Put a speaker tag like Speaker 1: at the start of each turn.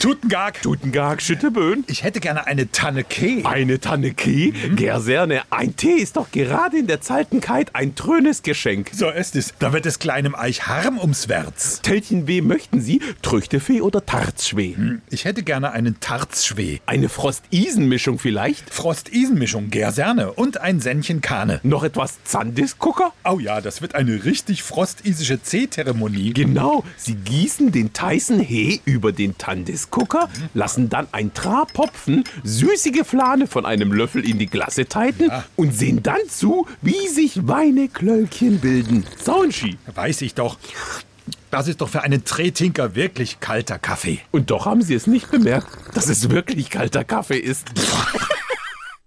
Speaker 1: Tutengag.
Speaker 2: Tutengag, Schütteböen.
Speaker 1: Ich hätte gerne eine Tanne Kee.
Speaker 2: Eine Tanne Kee? Gerserne, ein Tee ist doch gerade in der Zeitenkeit ein trönes Geschenk.
Speaker 1: So ist es. Da wird es kleinem Eich harm ums Werz.
Speaker 2: Tälchen B möchten Sie? Trüchtefee oder Tarzschwee?
Speaker 1: Ich hätte gerne einen Tarzschwee.
Speaker 2: Eine Frost-Isen-Mischung vielleicht?
Speaker 1: Frost-Isen-Mischung, Gerserne und ein Sännchen Kahne.
Speaker 2: Noch etwas Zandiskucker?
Speaker 1: Oh ja, das wird eine richtig frostisische Teezeremonie.
Speaker 2: Genau, Sie gießen den Tyson Hee über den Tandiskucker, lassen dann ein Trab popfen, süßige Flane von einem Löffel in die Glasse teiten und sehen dann zu, wie sich Weineklölkchen bilden. Saunski.
Speaker 1: Weiß ich doch. Das ist doch für einen Tretinker wirklich kalter Kaffee.
Speaker 2: Und doch haben Sie es nicht bemerkt, dass es wirklich kalter Kaffee ist.